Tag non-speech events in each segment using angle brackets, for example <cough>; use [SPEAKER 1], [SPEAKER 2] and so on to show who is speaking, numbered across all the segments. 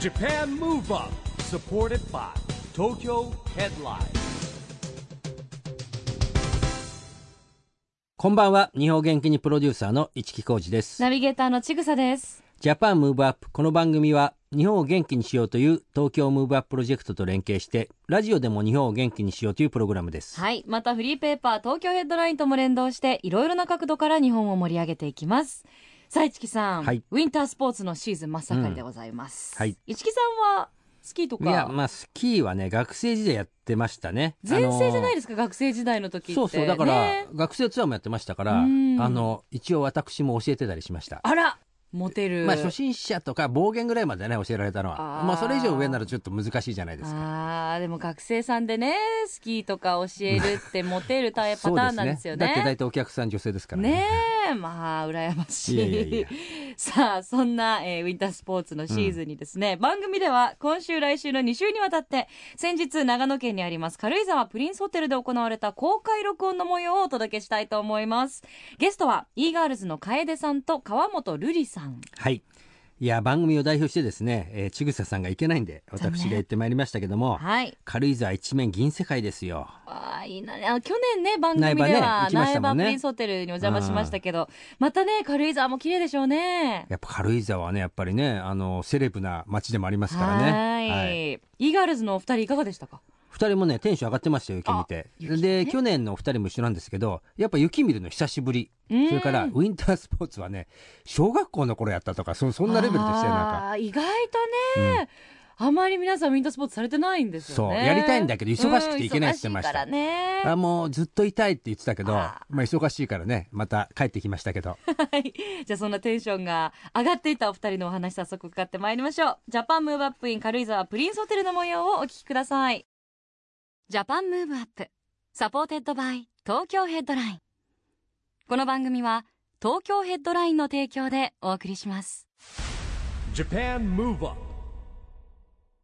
[SPEAKER 1] JAPAN MOVE UP SUPPORTED BY TOKYO HEADLINE
[SPEAKER 2] こんばんは日本元気にプロデューサーの市木浩司です
[SPEAKER 3] ナビゲーターのちぐさです。
[SPEAKER 2] ジャパンムーブアップこの番組は日本を元気にしようという東京ムーブアッププロジェクトと連携してラジオでも日本を元気にしようというプログラムです
[SPEAKER 3] はい。またフリーペーパー東京ヘッドラインとも連動して、いろいろな角度から日本を盛り上げていきます。さあ、市木さん、
[SPEAKER 2] はい
[SPEAKER 3] ウィンタースポーツのシーズン真っ盛りでございます。
[SPEAKER 2] うんはい。
[SPEAKER 3] 市木さんは、スキーと
[SPEAKER 2] いや
[SPEAKER 3] か、
[SPEAKER 2] まあスキーはね学生時代やってましたね
[SPEAKER 3] 全盛じゃない
[SPEAKER 2] で
[SPEAKER 3] ですか、学生時代の時って。
[SPEAKER 2] そうそうだから、
[SPEAKER 3] ね
[SPEAKER 2] 学生ツアーもやってましたからあ
[SPEAKER 3] うん
[SPEAKER 2] の一応私も教えてたりしました
[SPEAKER 3] あら、モテる。
[SPEAKER 2] まあ初心者とか暴言ぐらいまでね教えられたのは
[SPEAKER 3] あー
[SPEAKER 2] まあそれ以上上になるとちょっと難しいじゃないですか
[SPEAKER 3] あーでも学生さんでね、スキーとか教えるってモテるタイプパターンなんですよ
[SPEAKER 2] だって大
[SPEAKER 3] ね。
[SPEAKER 2] 体お客さん女性ですから
[SPEAKER 3] ねえ、まあ、羨ましい。
[SPEAKER 2] いやいやいや
[SPEAKER 3] さあそんな、えーウィンタースポーツのシーズンにですね、番組では今週来週の2週にわたって先日長野県にあります軽井沢プリンスホテルで行われた公開録音の模様をお届けしたいと思いますゲストは e ガールズの楓さんと川本瑠璃さん
[SPEAKER 2] はい。いや、番組を代表してですね、えー、ちぐささんが行けないんで、私が行ってまいりましたけども、
[SPEAKER 3] はい
[SPEAKER 2] 軽井沢一面銀世界ですよ。
[SPEAKER 3] あーいいなあの去年ね番組で
[SPEAKER 2] 苗場ね行
[SPEAKER 3] は
[SPEAKER 2] きまし
[SPEAKER 3] 苗
[SPEAKER 2] たも
[SPEAKER 3] 場
[SPEAKER 2] んね
[SPEAKER 3] プリンスホテルにお邪魔しましたけどまたね軽井沢も綺麗でしょうね
[SPEAKER 2] やっぱ軽井沢はね、やっぱりね、あの、セレブな街でもありますから
[SPEAKER 3] はい
[SPEAKER 2] ね。い。
[SPEAKER 3] e ガールズのお二人いかがでしたか
[SPEAKER 2] 二人もね、テンション上がってましたよ、雪見て。
[SPEAKER 3] 雪
[SPEAKER 2] で、去年のお二人も一緒なんですけど、やっぱ雪見るの久しぶり。
[SPEAKER 3] そ
[SPEAKER 2] それから、ウィンタースポーツはね、小学校の頃やったとか、そそんなレベルでしたよ、なんか。
[SPEAKER 3] あー意外とね、あまり皆さんウィンタースポーツされてないんですよね
[SPEAKER 2] そうやりたいんだけど忙しくていけないって言ってました
[SPEAKER 3] うん忙いからね
[SPEAKER 2] あもうずっと痛いって言ってたけど、ま
[SPEAKER 3] あ
[SPEAKER 2] あ忙しいからね、また帰ってきましたけど。
[SPEAKER 3] <laughs> はいじゃあそんなテンションが上がっていたお二人のお話早速伺ってまいりましょうジャパンムーブアップイン軽井沢プリンスホテルの模様をお聞きくださいジャパンムーブアップサポーテッドバイ東京ヘッドラインこの番組は東京ヘッドラインの提供でお送りします
[SPEAKER 1] JAPAN MOVE UP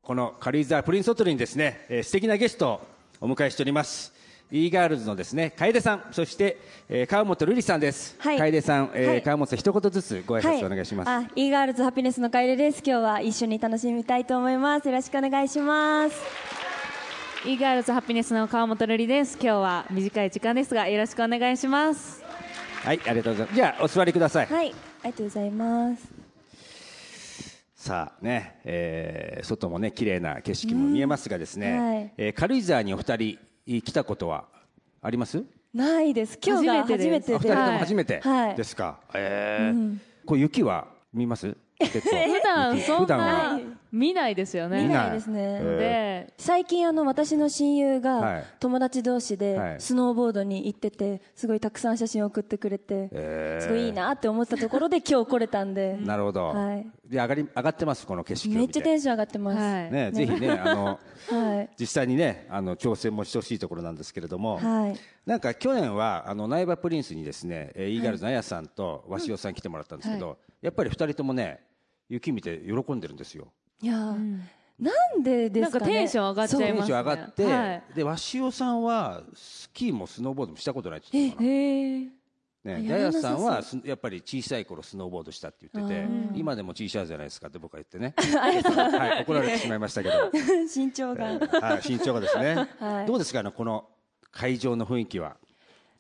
[SPEAKER 4] この軽井沢プリンスホテルにですね、えー素敵なゲストをお迎えしております。e ガールズのですね、楓さん、そして、えー川本瑠璃さんです。
[SPEAKER 5] はい
[SPEAKER 4] 楓さん、えー
[SPEAKER 5] はい
[SPEAKER 4] 川本さん、一言ずつご挨
[SPEAKER 5] はい、
[SPEAKER 4] 拶お願いします。
[SPEAKER 5] あ、イーガールズハピネスの楓です。今日は一緒に楽しみたいと思います。よろしくお願いします。
[SPEAKER 6] イーガールズハピネスの川本瑠璃です。今日は短い時間ですが、よろしくお願いします。
[SPEAKER 4] はい、ありがとうございます。じゃあ、お座りください。
[SPEAKER 5] はい、ありがとうございます。
[SPEAKER 4] さあね、えー外もね、綺麗な景色も見えますがですね、
[SPEAKER 5] はい
[SPEAKER 4] えー軽井沢にお二人来たことはあります
[SPEAKER 5] ないです。今日が初
[SPEAKER 6] 初
[SPEAKER 5] め
[SPEAKER 6] め
[SPEAKER 5] て
[SPEAKER 4] お
[SPEAKER 5] で
[SPEAKER 6] てで
[SPEAKER 4] 二人とも初めて
[SPEAKER 5] はい
[SPEAKER 4] ですか。えーこう雪は見
[SPEAKER 5] <laughs>
[SPEAKER 4] ます結構
[SPEAKER 6] 普段
[SPEAKER 4] 雪
[SPEAKER 6] そん
[SPEAKER 4] 普段は
[SPEAKER 6] な見ないですよ
[SPEAKER 4] 見
[SPEAKER 5] 見
[SPEAKER 6] ね。
[SPEAKER 5] ないですね。
[SPEAKER 4] え
[SPEAKER 6] で、
[SPEAKER 5] 最近あの私の親友
[SPEAKER 4] は
[SPEAKER 5] が
[SPEAKER 4] い
[SPEAKER 5] 友達同士
[SPEAKER 4] は
[SPEAKER 5] で
[SPEAKER 4] い
[SPEAKER 5] スノーボードに行っててすごいたくさん写真を送ってくれて
[SPEAKER 4] えー
[SPEAKER 5] すごいいいなって思ってたところで今日来れたんで
[SPEAKER 4] なるほど。
[SPEAKER 5] はい
[SPEAKER 4] で上がり上がってますこの景色を見て。
[SPEAKER 5] めっちゃテンション上がってます
[SPEAKER 6] は。
[SPEAKER 5] はい
[SPEAKER 4] ねぜひねあの
[SPEAKER 5] い
[SPEAKER 4] 実際にねあの挑戦もしてほしいところなんですけれども。
[SPEAKER 5] はい
[SPEAKER 4] なんか去年はあの苗場プリンスにですね、えーイーガールズのあやさんと鷲尾さん来てもらったんですけど、やっぱり二人ともね雪見て喜んでるんですよ。
[SPEAKER 5] いやーなんでで
[SPEAKER 6] な
[SPEAKER 5] す
[SPEAKER 6] ん
[SPEAKER 5] か
[SPEAKER 6] か
[SPEAKER 5] ね
[SPEAKER 6] テンション上がっちゃい
[SPEAKER 4] テン
[SPEAKER 6] ます、
[SPEAKER 4] シ
[SPEAKER 6] ね。
[SPEAKER 4] ョン上がって、
[SPEAKER 6] はい
[SPEAKER 4] で鷲尾さんはスキーもスノーボードもしたことないって言ってたかな。
[SPEAKER 5] へえ
[SPEAKER 4] ね、
[SPEAKER 5] や
[SPEAKER 4] ダ
[SPEAKER 5] ら
[SPEAKER 4] イ
[SPEAKER 5] な
[SPEAKER 4] ア
[SPEAKER 5] さそう
[SPEAKER 4] さんはすやっぱり小さい頃スノーボードしたって言ってて今でも小さいじゃないですかって僕は言って
[SPEAKER 5] <laughs>
[SPEAKER 4] ね、はい、怒られてしまいましたけど、
[SPEAKER 5] <laughs> 身長が
[SPEAKER 4] はい、身長がですね、
[SPEAKER 5] はい
[SPEAKER 4] どうですかねこの会場の雰囲気は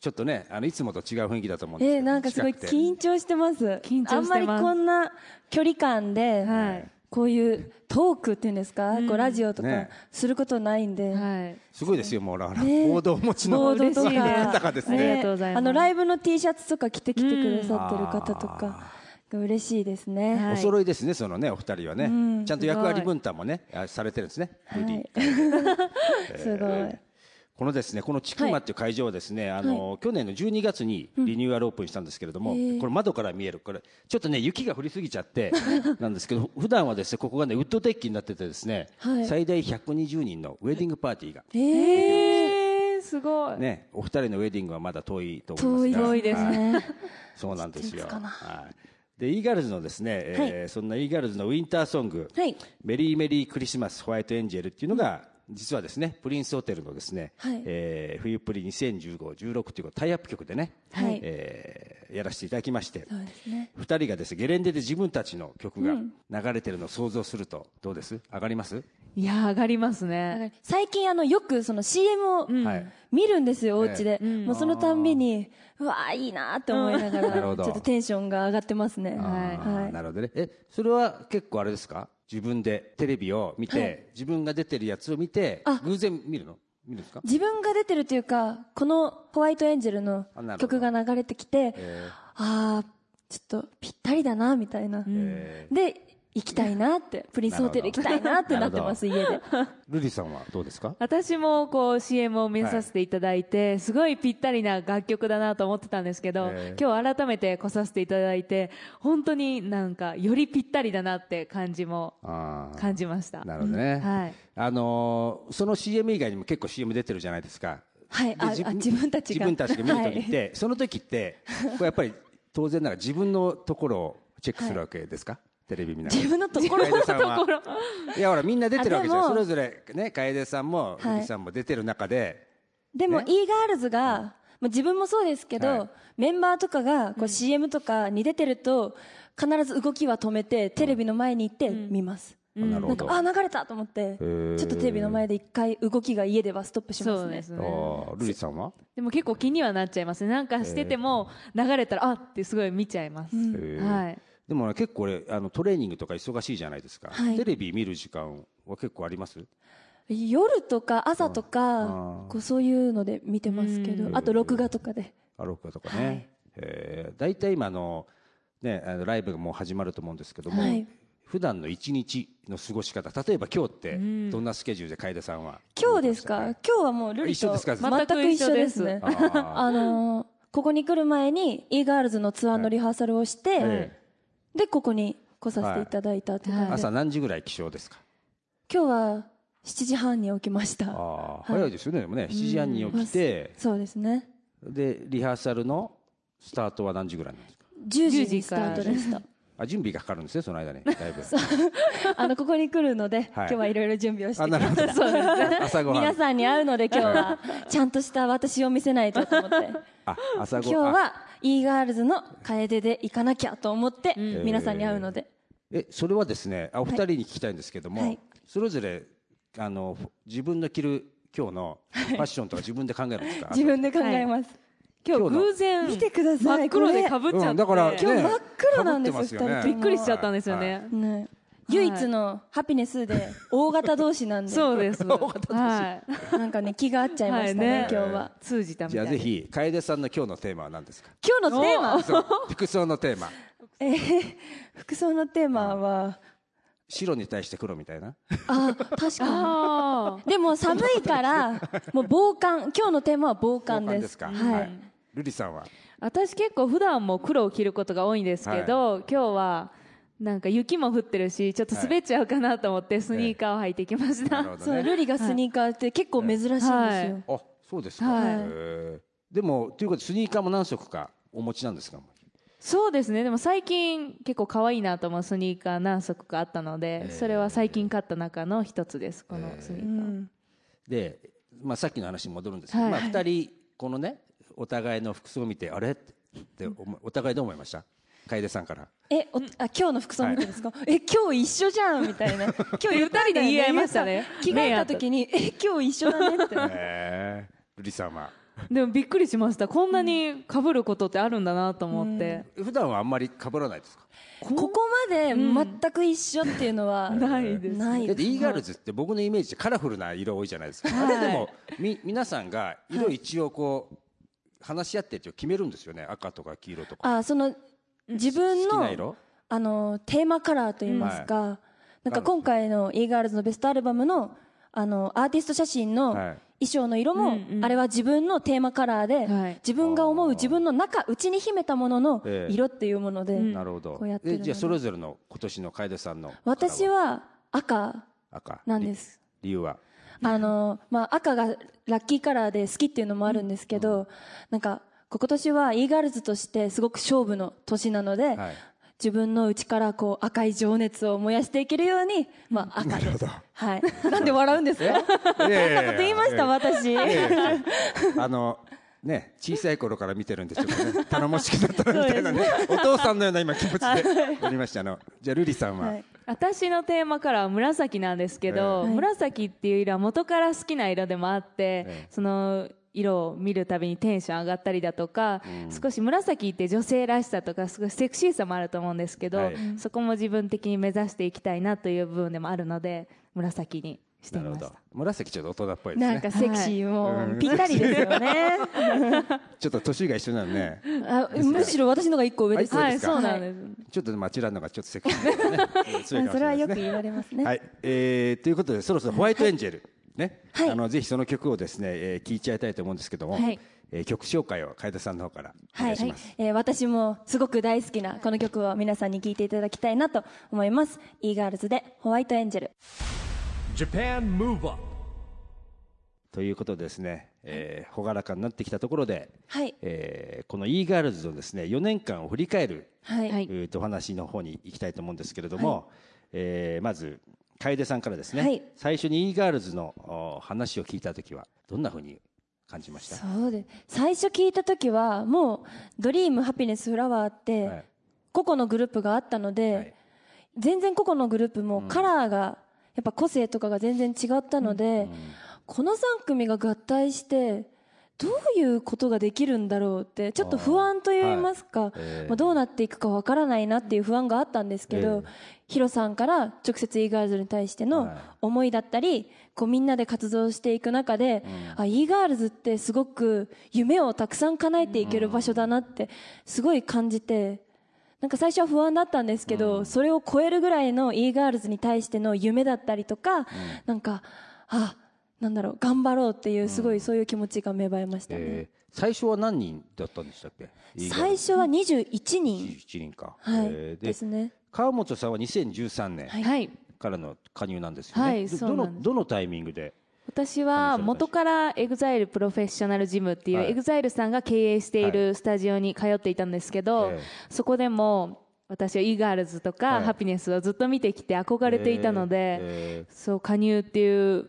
[SPEAKER 4] ちょっとねあのいつもと違う雰囲気だと思うんですけど、
[SPEAKER 5] えー、なんかすごい
[SPEAKER 4] 近くて
[SPEAKER 5] 緊張してます
[SPEAKER 6] 緊張してます
[SPEAKER 5] あんまりこんな距離感で、
[SPEAKER 6] はい
[SPEAKER 5] こういうトークっていうんですか、こうラジオとか
[SPEAKER 4] ね
[SPEAKER 5] することないんで、
[SPEAKER 6] はい。
[SPEAKER 4] すごいですよもうほらほら
[SPEAKER 5] ね
[SPEAKER 4] ボードをお持ち
[SPEAKER 5] ボ
[SPEAKER 4] の
[SPEAKER 5] ードとか
[SPEAKER 6] 嬉しいです
[SPEAKER 4] 方がですね
[SPEAKER 6] ありがとうございます
[SPEAKER 5] あのライブの T シャツとか着てきてくださってる方とか、嬉しいですね、
[SPEAKER 6] は
[SPEAKER 4] お
[SPEAKER 6] い
[SPEAKER 4] 揃いですねそのねお二人はね、ちゃんと役割分担もねあされてるんですね、ルリ
[SPEAKER 5] はい <laughs> すごい、
[SPEAKER 4] このですね、この千曲っていう会場はですね、あの、去年の12月にリニューアルオープンしたんですけれども、これ窓から見える、これ、ちょっとね、雪が降りすぎちゃ
[SPEAKER 5] <laughs>
[SPEAKER 4] って、なんですけど、普段はですね、ここがね、ウッドデッキになっててですね、
[SPEAKER 5] はい
[SPEAKER 4] 最大120人のウェディングパーティーが、
[SPEAKER 6] えー、すごい。
[SPEAKER 4] ね、お二人のウェディングはまだ遠いと思
[SPEAKER 5] 遠
[SPEAKER 4] い
[SPEAKER 5] い
[SPEAKER 4] ますが
[SPEAKER 5] です
[SPEAKER 4] はい
[SPEAKER 5] ね、
[SPEAKER 4] そうなんですよ。
[SPEAKER 5] ちょっといつかな
[SPEAKER 4] はい。で、イーガールズのですね、えーそんなイーガールズのウィンターソング、
[SPEAKER 5] はい
[SPEAKER 4] メリーメリークリスマスホワイトエンジェルっていうのが、実はですね、プリンスホテルのですね、
[SPEAKER 5] はい
[SPEAKER 4] えー冬プリ2015、16というタイアップ曲でね、
[SPEAKER 5] はい
[SPEAKER 4] えやらせていただきまして、
[SPEAKER 5] そうですね。
[SPEAKER 4] 二人がですねゲレンデで自分たちの曲が流れてるのを想像するとどうです上がります、
[SPEAKER 6] いや上がりま
[SPEAKER 5] だ
[SPEAKER 6] す
[SPEAKER 5] か
[SPEAKER 6] ね
[SPEAKER 5] ら最近あの、よくその CM を
[SPEAKER 4] はい
[SPEAKER 5] 見るんですよ、お家で。
[SPEAKER 6] ええうん
[SPEAKER 5] もうそのたんびに、うわーいいなーって思いなが
[SPEAKER 4] うんなるほ
[SPEAKER 5] ら、ち
[SPEAKER 4] ど
[SPEAKER 5] ょっとテンションが上がってますね。
[SPEAKER 4] あー
[SPEAKER 5] はい。
[SPEAKER 4] なるほどねえそれは結構あれですか自分でテレビを見て、自分が出てるやつを見て
[SPEAKER 5] あ
[SPEAKER 4] 偶然見るの見るんですか
[SPEAKER 5] 自分が出てるというか、このホワイトエンジェルの
[SPEAKER 4] あなるほど
[SPEAKER 5] 曲が流れてきて、
[SPEAKER 4] えー
[SPEAKER 5] あー、ちょっとぴったりだな、みたいな。
[SPEAKER 4] え
[SPEAKER 5] で、行きたいな
[SPEAKER 4] <laughs>
[SPEAKER 5] って、プリンスホテル行きたいなってなってます、家で。
[SPEAKER 4] ールリさんはどうですか
[SPEAKER 6] 私もこう CM を見させていただいて、すごいぴったりな楽曲だなと思ってたんですけど、
[SPEAKER 4] ええ
[SPEAKER 6] 今日改めて来させていただいて本当になんかよりぴったりだなって感じも
[SPEAKER 4] あー
[SPEAKER 6] 感じました
[SPEAKER 4] なるほどね、
[SPEAKER 6] うんはい
[SPEAKER 4] あのーその CM 以外にも結構 CM 出てるじゃないですか
[SPEAKER 5] はい、
[SPEAKER 4] で
[SPEAKER 5] あ、あ自分たち
[SPEAKER 4] 自
[SPEAKER 5] が。
[SPEAKER 4] 分たちが見るときっ
[SPEAKER 5] はい
[SPEAKER 4] て、その時って
[SPEAKER 5] <laughs>
[SPEAKER 4] これやっぱり当然ながら自分のところをチェックするわけですか、テレビ見ながら
[SPEAKER 5] 自分のところ
[SPEAKER 4] 楓さんは
[SPEAKER 6] ところ
[SPEAKER 4] いやほらみんな出てるわけじゃん
[SPEAKER 5] あで
[SPEAKER 4] そ
[SPEAKER 5] も
[SPEAKER 4] れぞれね楓さんも
[SPEAKER 5] はい
[SPEAKER 4] 瑠璃さんも出てる中で、
[SPEAKER 5] でも、
[SPEAKER 4] ね
[SPEAKER 5] e ガールズが、まあ、自分もそうですけど、
[SPEAKER 4] はい
[SPEAKER 5] メンバーとかがこう CM とかに出てると、必ず動きは止めて、テレビの前に行って見ます。
[SPEAKER 4] あなる
[SPEAKER 5] な
[SPEAKER 4] ほ
[SPEAKER 5] んか
[SPEAKER 4] ど、
[SPEAKER 5] あ流れたと思ってちょ
[SPEAKER 4] ー
[SPEAKER 5] っとテレビの前で一回動きが家ではストップしま
[SPEAKER 6] そ
[SPEAKER 5] す
[SPEAKER 6] うで
[SPEAKER 5] ね
[SPEAKER 6] すね
[SPEAKER 4] あールリさんは、
[SPEAKER 6] でも結構気にはなっちゃいますねなんかしてても流れたらあってすごい見ちゃいます、
[SPEAKER 4] へー
[SPEAKER 6] はい
[SPEAKER 4] でもね結構俺あのトレーニングとか忙しいじゃないですか、
[SPEAKER 5] はい
[SPEAKER 4] テレビ見る時間は結構あります
[SPEAKER 5] 夜とか朝と
[SPEAKER 4] あ
[SPEAKER 5] か
[SPEAKER 4] ー
[SPEAKER 5] こうそういうので見てますけ
[SPEAKER 6] う
[SPEAKER 5] ど
[SPEAKER 4] ん
[SPEAKER 5] あと録画とかで
[SPEAKER 4] アロックとかね、えー大体今あのねあのライブがもう始まると思うんですけども、
[SPEAKER 5] はい
[SPEAKER 4] 普段の一日の過ごし方例えば今日って
[SPEAKER 6] ん
[SPEAKER 4] どんなスケジュールで楓さんは
[SPEAKER 5] 今日ですか
[SPEAKER 4] はい
[SPEAKER 5] 今日はもうルリ
[SPEAKER 4] 一緒
[SPEAKER 5] と
[SPEAKER 4] ですか
[SPEAKER 5] 全く一緒ですね
[SPEAKER 4] あ
[SPEAKER 5] <laughs>
[SPEAKER 4] ー
[SPEAKER 5] あのーここに来る前に e ガールズのツアーのリハーサルをして、
[SPEAKER 4] え
[SPEAKER 5] でここに来させていただいたっていう
[SPEAKER 4] え
[SPEAKER 5] 感じで、
[SPEAKER 4] 朝何時ぐらい起床ですか
[SPEAKER 5] 今日は7時半に起きました
[SPEAKER 4] あー早いですよねでもね7時半に起きて
[SPEAKER 5] そうですね
[SPEAKER 4] でリハーサルのスタートは何時ぐらいなんですか
[SPEAKER 5] 10時
[SPEAKER 6] 10時
[SPEAKER 5] にスタートでした
[SPEAKER 4] あ準備がかかるんですねその間にだ
[SPEAKER 5] <laughs>
[SPEAKER 4] いぶ
[SPEAKER 5] あのここに来るので、今日はいろいろ準備をして
[SPEAKER 4] あ
[SPEAKER 5] きま
[SPEAKER 4] なる
[SPEAKER 5] し
[SPEAKER 4] ほ
[SPEAKER 5] た
[SPEAKER 4] ど
[SPEAKER 5] <laughs>
[SPEAKER 4] 朝ごはん
[SPEAKER 5] 皆さんに会うので今日はちゃんとした私を見せないとと思って
[SPEAKER 4] <laughs> あ朝
[SPEAKER 5] 今
[SPEAKER 4] ご
[SPEAKER 5] 日
[SPEAKER 4] あ
[SPEAKER 5] は e ガールズの楓で行かなきゃと思って皆さんに会うので、
[SPEAKER 4] えそれはですねあお二人に聞きたいんですけども、
[SPEAKER 5] はい
[SPEAKER 4] それぞれあの自分の着る今日のファッションとか自分で考えるんですか
[SPEAKER 5] <laughs> 自分で考えます、
[SPEAKER 6] 今日
[SPEAKER 4] 今日の
[SPEAKER 6] 偶然
[SPEAKER 5] 見てください
[SPEAKER 6] 真っ黒で
[SPEAKER 5] これ
[SPEAKER 6] かぶっちゃって、
[SPEAKER 4] うんだから
[SPEAKER 5] 今日
[SPEAKER 4] ね
[SPEAKER 5] 真っ黒なんです
[SPEAKER 4] 被ってますよね
[SPEAKER 5] 二人と
[SPEAKER 6] び
[SPEAKER 5] も
[SPEAKER 6] っくりしちゃったんですよね、
[SPEAKER 5] ね唯一のハピネスで大型同士なんで
[SPEAKER 6] そう
[SPEAKER 4] <laughs>
[SPEAKER 6] ですは
[SPEAKER 5] なんかね気が合っちゃいましたね,、
[SPEAKER 6] はいね、
[SPEAKER 5] 今日はい
[SPEAKER 6] 通じたみ
[SPEAKER 4] じ
[SPEAKER 6] た
[SPEAKER 4] ゃ
[SPEAKER 6] い
[SPEAKER 4] あ
[SPEAKER 6] な
[SPEAKER 4] ぜひ楓さんの今日のテーマは何です
[SPEAKER 5] <laughs>
[SPEAKER 4] か
[SPEAKER 5] 今日のテーマ
[SPEAKER 4] そう服装のテーマ
[SPEAKER 5] えー <laughs> 服装のテーマは
[SPEAKER 4] 白に対して黒みたいな
[SPEAKER 5] あ確か
[SPEAKER 6] あ
[SPEAKER 5] にでも寒いからもう防寒今日のテーマは防寒
[SPEAKER 4] 感
[SPEAKER 5] です
[SPEAKER 4] ですか、
[SPEAKER 5] はい、
[SPEAKER 4] ルリさんは
[SPEAKER 6] 私結構普段も黒を着ることが多いんですけど、今日はなんか雪も降ってるしちょっと滑っちゃうかなと思ってスニーカーを履いてきました、
[SPEAKER 4] なるほど
[SPEAKER 5] そう
[SPEAKER 4] ね
[SPEAKER 5] ルリがスニーカーって結構珍しいんですよ、
[SPEAKER 6] はい
[SPEAKER 4] あそうですか、
[SPEAKER 6] はい
[SPEAKER 4] へえでもということでスニーカーも何足かお持ちなんですか
[SPEAKER 6] そうですねでも最近結構可愛いなと思うスニーカー何足かあったので、それは最近買った中の一つですこのスニーカー、
[SPEAKER 4] で、まあ、さっきの話に戻るんですけど、
[SPEAKER 6] はい
[SPEAKER 4] まあ、2人このねお互いの服装を見てあれって思いお互いどう思いました楓さんから
[SPEAKER 5] えおあ今日の服装見てですか、え今日一緒じゃんみたいな今日言ったんだよね
[SPEAKER 6] 二人で言い合いましたね
[SPEAKER 5] ゆうさん着替えた時にえ今日一緒だね
[SPEAKER 6] <laughs>
[SPEAKER 5] って
[SPEAKER 4] へえ瑠璃さんは
[SPEAKER 6] でもびっくりしましたこんなに被ることってあるんだなと思って、
[SPEAKER 4] 普段はあんまり被らないですか
[SPEAKER 5] ここまで全く一緒っていうのは、
[SPEAKER 6] ないです
[SPEAKER 5] ない
[SPEAKER 4] だって e
[SPEAKER 5] で
[SPEAKER 4] ガールズって僕のイメージでカラフルな色多いじゃないですか、
[SPEAKER 6] はい
[SPEAKER 4] あれでもみ皆さんが色一応こう、話し合ってって決めるんですよね赤とか黄色とか
[SPEAKER 5] あその自分
[SPEAKER 4] 好きな
[SPEAKER 5] の
[SPEAKER 4] 色
[SPEAKER 5] あのテーマカラーといいますか、なんか今回の e ガールズのベストアルバムのあのアーティスト写真の
[SPEAKER 4] は
[SPEAKER 5] 衣
[SPEAKER 4] い
[SPEAKER 5] 装の色も、
[SPEAKER 6] うんうん
[SPEAKER 5] あれは自分のテーマカラーで、
[SPEAKER 6] はい
[SPEAKER 5] 自分が思う自分の中内に秘めたものの
[SPEAKER 4] ええ
[SPEAKER 5] 色っていうもので、
[SPEAKER 6] うん
[SPEAKER 4] なるほど
[SPEAKER 5] こうやってるの
[SPEAKER 4] え
[SPEAKER 5] ね
[SPEAKER 4] じゃあそれぞれの今年の楓さんの
[SPEAKER 5] 私は赤
[SPEAKER 4] 赤
[SPEAKER 5] なんです
[SPEAKER 4] り理由は
[SPEAKER 5] あの、まあ、赤がラッキーカラーで好きっていうのもあるんですけど、なんか、こう今年は e ガールズとしてすごく勝負の年なので、
[SPEAKER 4] はい
[SPEAKER 5] 自分の内からこう赤い情熱を燃やしていけるように、まあ赤で。はい。 <laughs> なんで笑うんですか
[SPEAKER 4] いやいやいや
[SPEAKER 5] 言いました、私。
[SPEAKER 4] あのね、小さい頃から見てるんで、ちょっとね、頼もしくなったなみたいなね、お父さんのような今気持ちでおりました。あの、じゃあ、瑠璃さんは、
[SPEAKER 5] はい
[SPEAKER 6] 私のテーマからは紫なんですけど、
[SPEAKER 5] ええ
[SPEAKER 6] 紫っていう色は元から好きな色でもあって、
[SPEAKER 4] ええ
[SPEAKER 6] その色を見るたびにテンション上がったりだとか、少し紫って女性らしさとか少しセクシーさもあると思うんですけど、
[SPEAKER 4] はい
[SPEAKER 6] そこも自分的に目指していきたいなという部分でもあるので紫にして
[SPEAKER 4] な
[SPEAKER 6] み
[SPEAKER 4] る
[SPEAKER 6] ま
[SPEAKER 4] ほ
[SPEAKER 6] した
[SPEAKER 4] ど。紫ちょっと大人っぽいです
[SPEAKER 5] なん
[SPEAKER 4] ね。
[SPEAKER 5] かセクシー
[SPEAKER 4] う
[SPEAKER 5] も
[SPEAKER 4] ん
[SPEAKER 5] ぴったりです
[SPEAKER 4] <laughs>
[SPEAKER 5] よね。
[SPEAKER 4] ちょっと年が一緒なのね、
[SPEAKER 5] あむしろ私のが一個上です。
[SPEAKER 4] どあ
[SPEAKER 6] は
[SPEAKER 4] で
[SPEAKER 6] い
[SPEAKER 4] すか
[SPEAKER 6] そうなんです、
[SPEAKER 4] ちょっとまあちらのがちょっとセクシーだね。うん強いかもし
[SPEAKER 5] それ
[SPEAKER 4] な
[SPEAKER 5] は
[SPEAKER 4] い
[SPEAKER 5] よ
[SPEAKER 4] で
[SPEAKER 5] く
[SPEAKER 4] すね
[SPEAKER 5] 言われますね。
[SPEAKER 4] はい、えーということでそろそろホワイトエンジェル、ね、
[SPEAKER 5] はい
[SPEAKER 4] あのぜひその曲をですね、えー、聴いちゃいたいと思うんですけども、
[SPEAKER 6] はい
[SPEAKER 4] えー曲紹介を楓さんの方からお
[SPEAKER 5] は
[SPEAKER 4] 願
[SPEAKER 5] い
[SPEAKER 4] いします。、
[SPEAKER 5] えー私もすごく大好きなこの曲を皆さんに聴いていただきたいなと思います。e ガールズでホワイトエンジェル。
[SPEAKER 1] Japan Move Up
[SPEAKER 4] ということでですね、えー、朗らかになってきたところで、
[SPEAKER 5] はい
[SPEAKER 4] えーこの e ガールズのですね4年間を振り返る、
[SPEAKER 5] はい、
[SPEAKER 6] はい
[SPEAKER 4] えーとお話の方に行きたいと思うんですけれども、えーまず楓さんからですね、
[SPEAKER 5] はい
[SPEAKER 4] 最初に e ガールズのお話を聞いた時はどんなふうに感じました
[SPEAKER 5] そうです。最初聞いた時はもうドリームハピネスフラワーって、
[SPEAKER 4] はい
[SPEAKER 5] 個々のグループがあったので、
[SPEAKER 4] はい
[SPEAKER 5] 全然個々のグループもカラーが、やっぱ個性とかが全然違ったので、この3組が合体してどういうことができるんだろうってちょっと不安と言いますか、
[SPEAKER 4] ええ
[SPEAKER 5] まあ、どうなっていくかわからないなっていう不安があったんですけど、
[SPEAKER 4] え
[SPEAKER 5] ヒロさんから直接 e ガールズに対して
[SPEAKER 4] は
[SPEAKER 5] の
[SPEAKER 4] い
[SPEAKER 5] 思いだったりこうみんなで活動していく中で、あ e ガールズってすごく夢をたくさん叶えていける場所だなってすごい感じて。なんか最初は不安だったんですけど、それを超えるぐらいの e ガールズに対しての夢だったりとか、なんかあなんだろう頑張ろうっていうすごいそういう気持ちが芽生えましたね、
[SPEAKER 4] えー最初は何人だったんでしたっけ e ガール
[SPEAKER 5] 最
[SPEAKER 4] ズ
[SPEAKER 5] 初は21人、
[SPEAKER 4] 21人か、
[SPEAKER 5] はい
[SPEAKER 4] えーで
[SPEAKER 5] ですね
[SPEAKER 4] 川本さんは2013年
[SPEAKER 5] い
[SPEAKER 6] はい
[SPEAKER 4] からの加入なんですよね、
[SPEAKER 6] はい
[SPEAKER 4] ど
[SPEAKER 6] そ
[SPEAKER 4] ど
[SPEAKER 6] うなんで
[SPEAKER 4] の
[SPEAKER 6] す
[SPEAKER 4] どのタイミングで
[SPEAKER 6] 私は元から EXILE プロフェッショナルジムっていう
[SPEAKER 4] はい
[SPEAKER 6] EXILE さんが経営しているスタジオに通っていたんですけど、
[SPEAKER 4] ええ
[SPEAKER 6] そこでも私は e-girls とか、
[SPEAKER 4] はい
[SPEAKER 6] ハピネスをずっと見てきて憧れていたので、
[SPEAKER 4] えー
[SPEAKER 6] そう加入っていう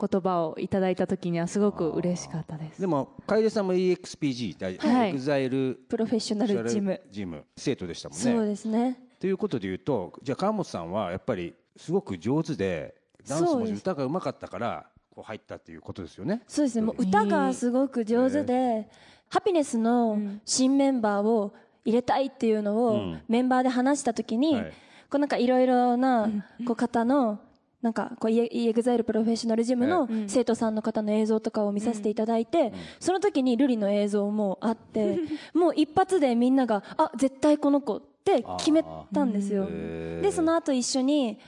[SPEAKER 6] 言葉をいただいた時にはすごく嬉しかったです
[SPEAKER 4] でも楓さんも EXPG だ、
[SPEAKER 6] はい
[SPEAKER 4] EXILE
[SPEAKER 5] プロフェッショナルジム
[SPEAKER 4] ジム生徒でしたもんね
[SPEAKER 5] そうですね
[SPEAKER 4] ということで言うとじゃあ川本さんはやっぱりすごく上手でダンス
[SPEAKER 5] そう
[SPEAKER 4] も
[SPEAKER 5] です
[SPEAKER 4] 歌がうまかったからこう入ったっていうことですよね
[SPEAKER 5] そうですねもう
[SPEAKER 6] えー
[SPEAKER 5] 歌がすごく上手で、ハピネスの新メンバーを入れたいっていうの
[SPEAKER 4] う
[SPEAKER 5] を
[SPEAKER 4] ん
[SPEAKER 5] メンバーで話した時に、
[SPEAKER 4] はい
[SPEAKER 5] こうなんかいろいろなこう方のなんかこう EXILE プロフェッショナルジムの生徒さんの方の映像とかを見させていただいて、その時にルリの映像もあってもう一発でみんながあ絶対この子って決めたんですよ。
[SPEAKER 4] へー
[SPEAKER 5] でその後一緒に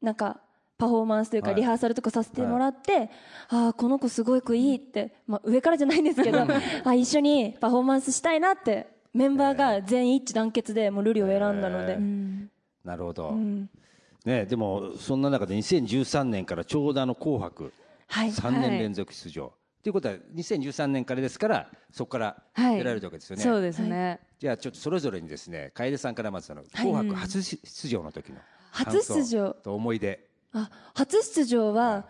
[SPEAKER 5] なんかパフォーマンスというか
[SPEAKER 4] はい
[SPEAKER 5] リハーサルとかさせてもらって、ああこの子すごくいいって、まあ、上からじゃないんですけど <laughs> あー一緒にパフォーマンスしたいなってメンバーが全員一致団結でもうルリを選んだので、
[SPEAKER 4] なるほど、ね、でもそんな中で2013年からちょうどあの「紅白」
[SPEAKER 5] はい
[SPEAKER 4] 3年連続出場、ということは2013年からですからそこから
[SPEAKER 6] はい
[SPEAKER 4] 出られたわけですよね、
[SPEAKER 6] そうですね、
[SPEAKER 4] じゃあちょっとそれぞれにですね楓さんからまずあの「紅白」初出場の時の感想
[SPEAKER 5] 初出場
[SPEAKER 4] と思い出
[SPEAKER 5] あ初出場は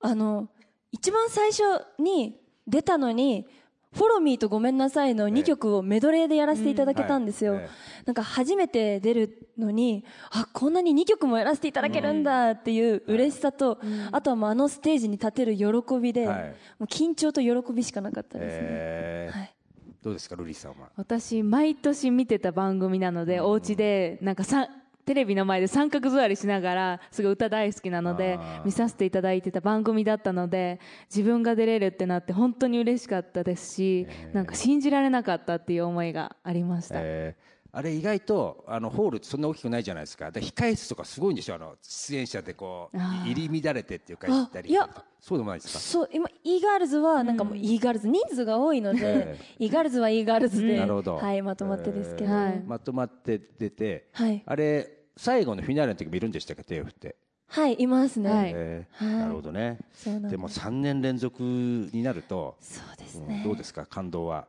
[SPEAKER 5] あの一番最初に出たのに「フォローミーと「ごめんなさい」の
[SPEAKER 4] ええ
[SPEAKER 5] 2曲をメドレーでやらせていただけたんですよ、
[SPEAKER 4] はいえ
[SPEAKER 5] なんか初めて出るのにあこんなに2曲もやらせていただけるんだっていう嬉しさと、あとはもうあのステージに立てる喜びで、
[SPEAKER 4] はい
[SPEAKER 5] もう緊張と喜びしかなかったですね、
[SPEAKER 4] えー
[SPEAKER 5] はい
[SPEAKER 4] どうですかルリさんは
[SPEAKER 6] 私毎年見てた番組なので、お家でなんかさテレビの前で三角座りしながらすごい歌大好きなので
[SPEAKER 4] あー
[SPEAKER 6] 見させていただいてた番組だったので自分が出れるってなって本当に嬉しかったですし、なんか信じられなかったっていう思いがありました、
[SPEAKER 4] えーあれ意外とあのホールそんな大きくないじゃないですかで控室とかすごいんでしょあの出演者でこう
[SPEAKER 6] あー
[SPEAKER 4] 入り乱れてっていうか行ったり
[SPEAKER 5] あいや
[SPEAKER 4] そうでもないですか
[SPEAKER 5] そう今 e ガールズはなんかもう e ガールズ人数が多いので
[SPEAKER 4] え
[SPEAKER 5] e ガールズは e ガールズで、
[SPEAKER 4] なるほど
[SPEAKER 5] はい、まとまってですけど、
[SPEAKER 4] えー
[SPEAKER 6] はい
[SPEAKER 4] まとまって出て、
[SPEAKER 5] はい
[SPEAKER 4] あれ最後のフィナーレの時もいるんでしたっけ手を振って、
[SPEAKER 5] はいいますね、
[SPEAKER 6] はい
[SPEAKER 4] えー
[SPEAKER 5] はい
[SPEAKER 4] なるほどね
[SPEAKER 5] そうなんです
[SPEAKER 4] でも3年連続になると、
[SPEAKER 5] そうです
[SPEAKER 4] うん
[SPEAKER 5] ね、
[SPEAKER 4] どうですか感動は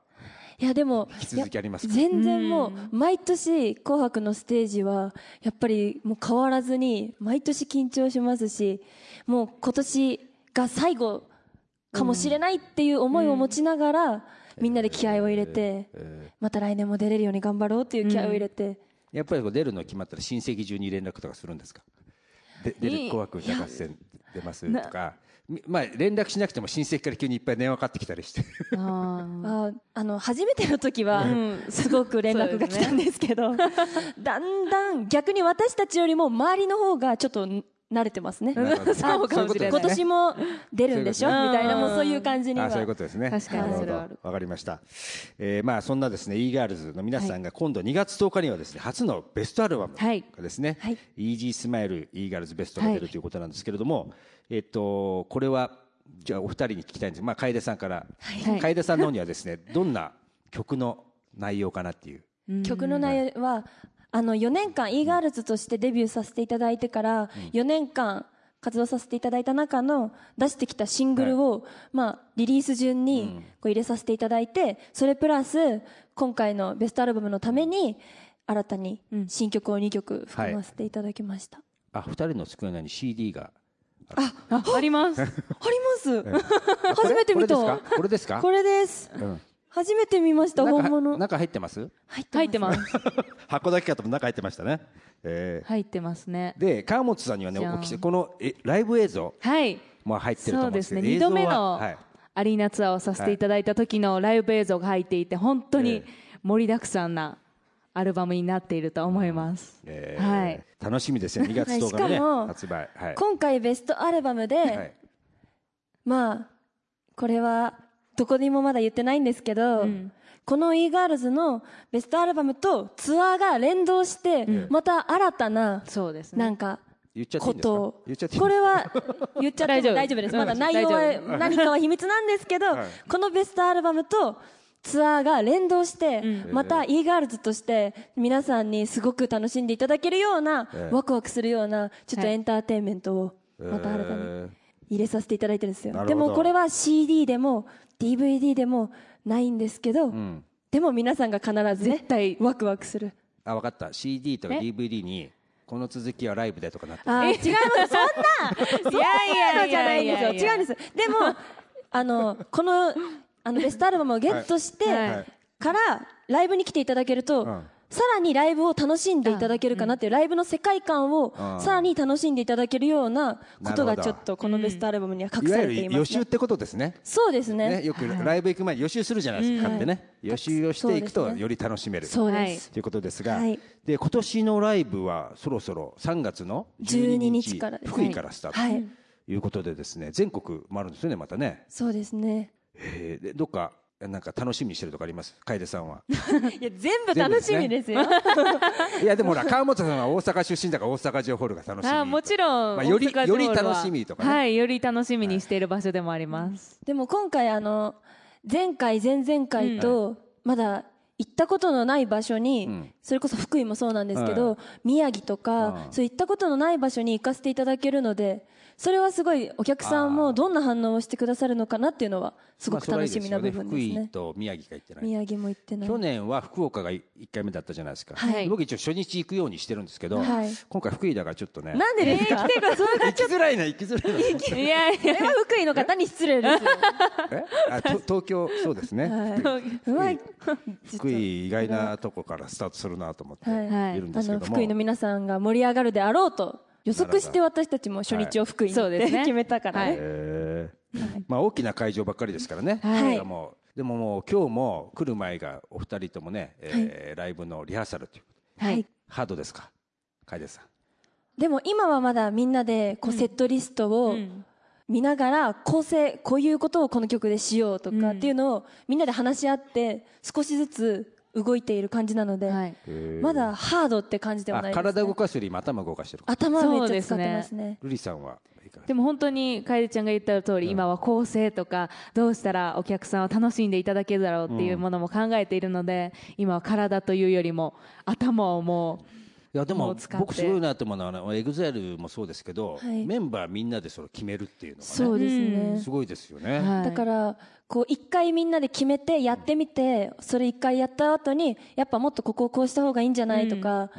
[SPEAKER 4] い
[SPEAKER 5] やでも
[SPEAKER 4] 引き続きありますか
[SPEAKER 5] いや全然もう毎年「紅白」のステージはやっぱりもう変わらずに毎年緊張しますしもう今年が最後かもしれないっていう思いを持ちながらみんなで気合を入れて、また来年も出れるように頑張ろうっていう気合を入れて、
[SPEAKER 4] やっぱりこう出るの決まったら親戚中に連絡とかするんですかで出
[SPEAKER 6] い
[SPEAKER 4] る
[SPEAKER 6] い
[SPEAKER 4] 紅白歌合戦出ますとか、みまあ、連絡しなくても親戚から急にいっぱい電話かかってきたりして
[SPEAKER 6] あー
[SPEAKER 5] ああの初めての時は、すごく連絡が来たんですけどだんだん逆に私たちよりも周りの方がちょっと慣れてますね
[SPEAKER 4] なるほ
[SPEAKER 5] <laughs>
[SPEAKER 4] ど
[SPEAKER 6] そうかもしれない
[SPEAKER 5] 今年も出るんでしょ
[SPEAKER 4] そういう
[SPEAKER 5] み
[SPEAKER 6] ことね
[SPEAKER 5] たいなもうそういう感じに
[SPEAKER 4] あ
[SPEAKER 5] は
[SPEAKER 4] そういうことですね。
[SPEAKER 6] 確かに
[SPEAKER 4] なるほ
[SPEAKER 6] それ
[SPEAKER 4] ど
[SPEAKER 6] はある
[SPEAKER 4] わかりました。えーまあそんなですね、e ガールズの皆さんが今度2月10日にはですね、初のベストアルバム
[SPEAKER 6] はい
[SPEAKER 4] がですね、
[SPEAKER 5] はい
[SPEAKER 4] イージースマイル e ガールズベストが出
[SPEAKER 6] は
[SPEAKER 4] る
[SPEAKER 6] い
[SPEAKER 4] ということなんですけれども、えっとこれはじゃあお二人に聞きたいんです。まあ楓さんから、
[SPEAKER 6] い
[SPEAKER 4] 楓さんの方にはですね、どんな曲の内容かなっていう。
[SPEAKER 5] 曲の内容はあの4年間 e ガールズとしてデビューさせていただいてから4年間活動させていただいた中の出してきたシングルを、まあ、リリース順にこう入れさせていただいてそれプラス今回のベストアルバムのために新たに新曲を2曲含ませていただきました、
[SPEAKER 4] あ、二人の机の中に CD が。
[SPEAKER 6] ああります
[SPEAKER 5] あります初めて見た
[SPEAKER 4] これですか？これですか？
[SPEAKER 5] これです
[SPEAKER 4] うん
[SPEAKER 5] 初めて見ました本
[SPEAKER 4] 中
[SPEAKER 5] 物
[SPEAKER 4] 中入ってます？
[SPEAKER 6] <laughs> 入ってます
[SPEAKER 4] <laughs> 箱だけかと思ったら中入ってましたね。えー
[SPEAKER 6] 入ってますね
[SPEAKER 4] で川本さんにはね
[SPEAKER 6] じゃあ
[SPEAKER 4] お聞きしてこのえライブ映像
[SPEAKER 6] はい
[SPEAKER 4] も入ってると思
[SPEAKER 6] そううんで
[SPEAKER 4] です
[SPEAKER 6] す
[SPEAKER 4] け
[SPEAKER 6] ね
[SPEAKER 4] ど
[SPEAKER 6] 2度目の
[SPEAKER 4] 映像ははい
[SPEAKER 6] アリーナツアーをさせていただいた時のライブ映像が入っていて本当
[SPEAKER 4] え
[SPEAKER 6] に
[SPEAKER 4] え
[SPEAKER 6] 盛りだくさんなアルバムになっていると思います、
[SPEAKER 4] えー
[SPEAKER 6] はい
[SPEAKER 4] 楽しみですよ2月10日のね
[SPEAKER 5] <laughs> はいしかも
[SPEAKER 4] 発売はい
[SPEAKER 5] 今回ベストアルバムで、
[SPEAKER 4] はい
[SPEAKER 5] まあこれはどこにもまだ言ってないんですけど、
[SPEAKER 6] ん
[SPEAKER 5] この e ガールズのベストアルバムとツアーが連動して、また新たな、
[SPEAKER 6] そうですね
[SPEAKER 5] なんか
[SPEAKER 4] 言っちゃっていい
[SPEAKER 5] こ
[SPEAKER 4] んですか
[SPEAKER 5] とを
[SPEAKER 4] 言っちゃっていいんですか
[SPEAKER 5] これは
[SPEAKER 6] <laughs>
[SPEAKER 5] 言っちゃって
[SPEAKER 6] 大
[SPEAKER 5] も
[SPEAKER 6] 丈夫
[SPEAKER 5] 大丈夫ですまだ
[SPEAKER 6] うん
[SPEAKER 5] 内容
[SPEAKER 6] 大丈
[SPEAKER 5] は何かは秘密なんですけど、
[SPEAKER 4] はい
[SPEAKER 5] このベストアルバムとツアーが連動して、また e ガールズとして皆さんにすごく楽しんでいただけるような、
[SPEAKER 4] ええ
[SPEAKER 5] ワクワクするようなちょっと
[SPEAKER 6] はい
[SPEAKER 5] エンターテインメントをまた新たに。
[SPEAKER 4] え
[SPEAKER 5] 入れさせていただいてるんです
[SPEAKER 4] な
[SPEAKER 5] よ
[SPEAKER 4] る
[SPEAKER 5] で
[SPEAKER 4] ほど
[SPEAKER 5] もこれは CD でも DVD でもないんですけど、
[SPEAKER 4] ん
[SPEAKER 5] でも皆さんが必ずね
[SPEAKER 6] 絶対
[SPEAKER 5] ワクワクする
[SPEAKER 4] ーあ分かった CD とか DVD にこの続きはライブでとかなってる
[SPEAKER 5] あー違うのそんなそんなのじゃないんですよ
[SPEAKER 6] いやいやいやいや
[SPEAKER 5] <laughs> 違うんですでもあのこのあのベストアルバムをゲットして
[SPEAKER 6] はい
[SPEAKER 4] はい
[SPEAKER 5] からライブに来ていただけると、
[SPEAKER 4] ん
[SPEAKER 5] さらにライブを楽しんでいただけるかなっていうライブの世界観を
[SPEAKER 4] ん
[SPEAKER 5] さらに楽しんでいただけるような
[SPEAKER 4] な
[SPEAKER 5] こと
[SPEAKER 4] るほ
[SPEAKER 5] が
[SPEAKER 4] ど
[SPEAKER 5] ちょっとこのベストアルバムには隠
[SPEAKER 4] いわ
[SPEAKER 5] さ
[SPEAKER 4] ゆ
[SPEAKER 5] れてい
[SPEAKER 4] る
[SPEAKER 5] ます、ね
[SPEAKER 4] 予習ってことですね
[SPEAKER 5] そうですね
[SPEAKER 4] ねよくライブ行く前に予習するじゃないですか買ってね予習をしていくと
[SPEAKER 5] そうですね
[SPEAKER 4] より楽しめる
[SPEAKER 5] そうです、
[SPEAKER 6] はい
[SPEAKER 4] ということですが、
[SPEAKER 5] はい
[SPEAKER 4] で今年のライブはそろそろ3月の12
[SPEAKER 5] 12
[SPEAKER 4] 日
[SPEAKER 5] 日からです
[SPEAKER 4] 福井からスタート、
[SPEAKER 5] はいいう
[SPEAKER 4] ことでですね全国もあるんですよねまたね、
[SPEAKER 5] そうですね。
[SPEAKER 4] えーでどっかなんか楽しみにしてるとかあります楓さんは
[SPEAKER 5] <laughs> いや、全部
[SPEAKER 4] 楽しみです
[SPEAKER 5] よ。
[SPEAKER 4] いやでもほら川本さんは大阪出身だから大阪城ホールが楽しみ
[SPEAKER 6] あーもちろん、
[SPEAKER 4] まあより
[SPEAKER 6] 大阪
[SPEAKER 4] より
[SPEAKER 6] 城は
[SPEAKER 4] 楽しみとかね
[SPEAKER 6] はいより楽しみにしている場所でもあります、
[SPEAKER 5] <laughs> でも今回、あの、前回、前々回と、まだ行ったことのない場所
[SPEAKER 4] ん
[SPEAKER 5] に、それこそ福井もそうなんですけ
[SPEAKER 4] は
[SPEAKER 5] ど、宮城と
[SPEAKER 4] あ
[SPEAKER 5] か、
[SPEAKER 4] あ
[SPEAKER 5] そう行ったことのない場所に行かせていただけるので、それはすごいお客さんもどんな反応をしてくださるのかなっていうのは、すごく楽しみな部
[SPEAKER 4] ま
[SPEAKER 5] 分です
[SPEAKER 4] あそれはいいですよね福
[SPEAKER 5] ね。
[SPEAKER 4] 井と宮城が行ってない
[SPEAKER 5] <laughs> 宮城も行ってない。
[SPEAKER 4] 去年は福岡が1回目だったじゃないですか、
[SPEAKER 6] はい
[SPEAKER 4] 僕一応初日行くようにしてるんですけど、
[SPEAKER 5] はい
[SPEAKER 4] 今回福井だからちょっとね
[SPEAKER 5] なんでですか、
[SPEAKER 4] 行きづらいな行きづらいな
[SPEAKER 6] いやい
[SPEAKER 5] それは福井の方に失礼ですよ。
[SPEAKER 4] えあと東京そうですね、
[SPEAKER 5] <laughs> うまい。
[SPEAKER 4] 福井意外なとこからスタートするなと思って
[SPEAKER 5] はい
[SPEAKER 4] いるんで
[SPEAKER 5] あ
[SPEAKER 4] すけ
[SPEAKER 5] の
[SPEAKER 4] ども、
[SPEAKER 5] 福井の皆さんが盛り上がるであろうと予測して私たちも初日を福井に行
[SPEAKER 6] そう
[SPEAKER 5] っ
[SPEAKER 6] です
[SPEAKER 5] て
[SPEAKER 6] ね
[SPEAKER 5] <laughs> 決めたから
[SPEAKER 6] はい
[SPEAKER 5] ね。
[SPEAKER 4] えーまあ大きな会場ばっかりですからね、
[SPEAKER 6] はい
[SPEAKER 4] これがもうでももう今日も来る前がお二人ともね、えーライブのリハーサルという
[SPEAKER 6] はい、
[SPEAKER 5] はい
[SPEAKER 4] ハードですか楓さん
[SPEAKER 5] でも今はまだみんなでこうセットリストを
[SPEAKER 6] ん
[SPEAKER 5] 見ながら構成こういうことをこの曲でしようとかっていうのをみんなで話し合って少しずつ動いている感じなので
[SPEAKER 6] はい
[SPEAKER 5] まだハードって感じではな
[SPEAKER 4] あ
[SPEAKER 5] いです
[SPEAKER 4] 体動
[SPEAKER 5] ね
[SPEAKER 4] かすより今頭動かしてる
[SPEAKER 5] 頭めっちゃ使ってま
[SPEAKER 6] そ
[SPEAKER 5] すね
[SPEAKER 4] ルリさんはいかが
[SPEAKER 6] でも本当に楓ちゃんが言った通り、今は構成とかどうしたらお客さんを楽しんでいただけるだろうっていうものも考えているので、今は体というよりも頭をも
[SPEAKER 4] いやで
[SPEAKER 6] も
[SPEAKER 4] も
[SPEAKER 6] う使って
[SPEAKER 4] 僕すごいなと思うのはあのエグザイルもそうですけど、
[SPEAKER 5] はい
[SPEAKER 4] メンバーみんなでそれを決めるっていうのが
[SPEAKER 5] そ
[SPEAKER 4] ね
[SPEAKER 5] うですね
[SPEAKER 4] すごいですよね、
[SPEAKER 6] う、はい
[SPEAKER 5] だからこう一回みんなで決めてやってみてそれ一回やった後にやっぱもっとここをこうした方がいいんじゃないとか、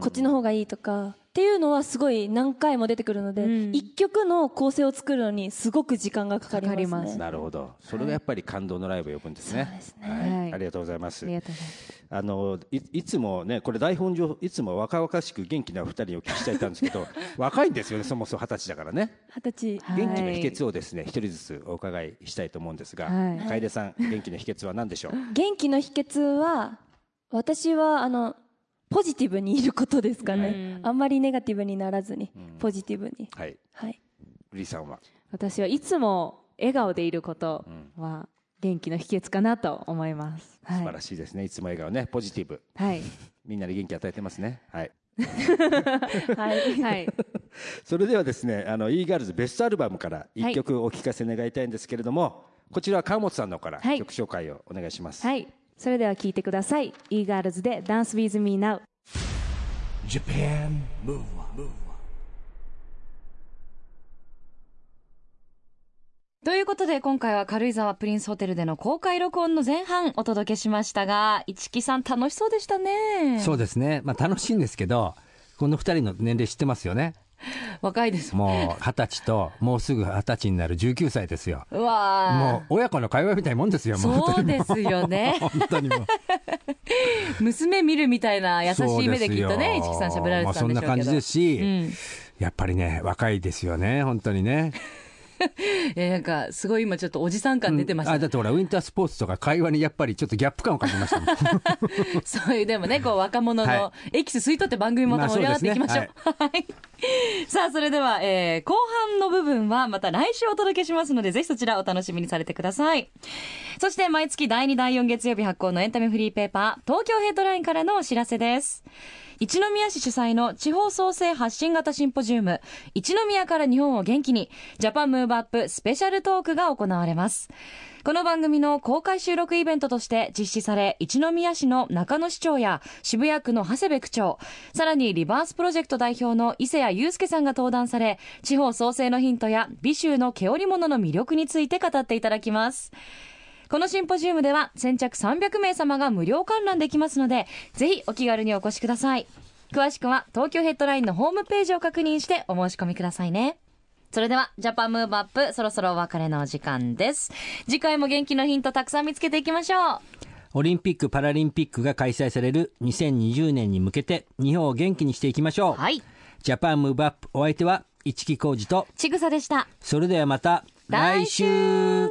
[SPEAKER 5] こっちの方がいいとかっていうのはすごい何回も出てくるので、
[SPEAKER 6] うん
[SPEAKER 5] 一曲の構成を作るのにすごく時間がかかりますね。
[SPEAKER 6] かかります
[SPEAKER 4] なるほど。それがやっぱり感動のライブを呼ぶんですね。
[SPEAKER 5] そうですね
[SPEAKER 4] はい
[SPEAKER 6] はい
[SPEAKER 4] ありがとうございます。
[SPEAKER 6] りがとうございます
[SPEAKER 4] あのいいつもねこれ台本上いつも若々しく元気なお二人をお聞きしたいたんですけど若いんですよねそもそも二十歳だからね
[SPEAKER 5] 二十歳
[SPEAKER 6] はい
[SPEAKER 4] 元気の秘訣をですね一人ずつお伺いしたいと思うんですが、
[SPEAKER 6] はい
[SPEAKER 4] 楓さん元気の秘訣は何でしょう
[SPEAKER 5] 元気の秘訣は私はあのポジティブにいることですかね、
[SPEAKER 6] うん
[SPEAKER 5] あんまりネガティブにならずに、
[SPEAKER 4] うん
[SPEAKER 5] ポジティブに、
[SPEAKER 4] はい
[SPEAKER 5] はい、
[SPEAKER 4] リーさんは
[SPEAKER 6] 私はいつも笑顔でいることは元気の秘訣かなと思います、はい、
[SPEAKER 4] 素晴らしいですね、い、つも笑顔ねポジティブ
[SPEAKER 6] はい、
[SPEAKER 4] みんなに元気与えてますねはい
[SPEAKER 5] はい、
[SPEAKER 6] はい、
[SPEAKER 4] それではですねあの e ガールズベストアルバムから一曲お聴かせ願いたいんですけれども、こちらは川本さんの方から
[SPEAKER 6] はい
[SPEAKER 4] 曲紹介をお願いします、
[SPEAKER 6] はい、それでは聴いてください e−girls で「Dance with me now
[SPEAKER 1] Japan Move Up.
[SPEAKER 3] ということで今回は軽井沢プリンスホテルでの公開録音の前半お届けしましたが市木さん楽しそうでしたね
[SPEAKER 2] そうですね。まあ楽しいんですけど、この二人の年齢知ってます
[SPEAKER 3] <laughs>
[SPEAKER 2] よね。
[SPEAKER 3] 若いですもん
[SPEAKER 2] もう二十歳と、もうすぐ二十歳になる19歳ですよ。
[SPEAKER 3] うわー
[SPEAKER 2] もう親子の会話みたいなもんですよ、も本当にも
[SPEAKER 3] そうですよね
[SPEAKER 2] 本当にもう。
[SPEAKER 3] 娘見るみたいな優しい目できっとね市木さん喋られてたんでしょうけど、
[SPEAKER 2] まあ、そんな感じですし、
[SPEAKER 3] うん
[SPEAKER 2] やっぱりね、若いですよね、本当にね。
[SPEAKER 3] えなんかすごい今ちょっとおじさん感出てました、
[SPEAKER 2] あだってほら、ウィンタースポーツとか会話にやっぱりちょっとギャップ感を感じましたもん。
[SPEAKER 3] <laughs> そういう、でもね、こう、若者の
[SPEAKER 2] は
[SPEAKER 3] エキス吸い取って番組もまた盛り上がっていきましょう。はい。 <laughs> さあ、それでは、えー後半の部分はまた来週お届けしますので、ぜひそちらお楽しみにされてください。そして、毎月第2、第4月曜日発行のエンタメフリーペーパー、東京ヘッドラインからのお知らせです。一宮市主催の地方創生発信型シンポジウム、一宮から日本を元気に、ジャパンムーブアップスペシャルトークが行われます。この番組の公開収録イベントとして実施され、一宮市の中野市長や渋谷区の長谷部区長、さらにリバースプロジェクト代表の伊勢谷友介さんが登壇され、地方創生のヒントや美州の毛織物の魅力について語っていただきます。このシンポジウムでは先着300名様が無料観覧できますので、ぜひお気軽にお越しください。詳しくは東京ヘッドラインのホームページを確認してお申し込みくださいね。それでは、ジャパンムーブアップ、そろそろお別れのお時間です。次回も元気のヒントたくさん見つけていきましょう。
[SPEAKER 2] オリンピック・パラリンピックが開催される2020年に向けて、日本を元気にしていきましょう。
[SPEAKER 3] はい。
[SPEAKER 2] ジャパンムーブアップ、お相手は、市木浩二と、
[SPEAKER 3] ちぐさでした。
[SPEAKER 2] それではまた、来週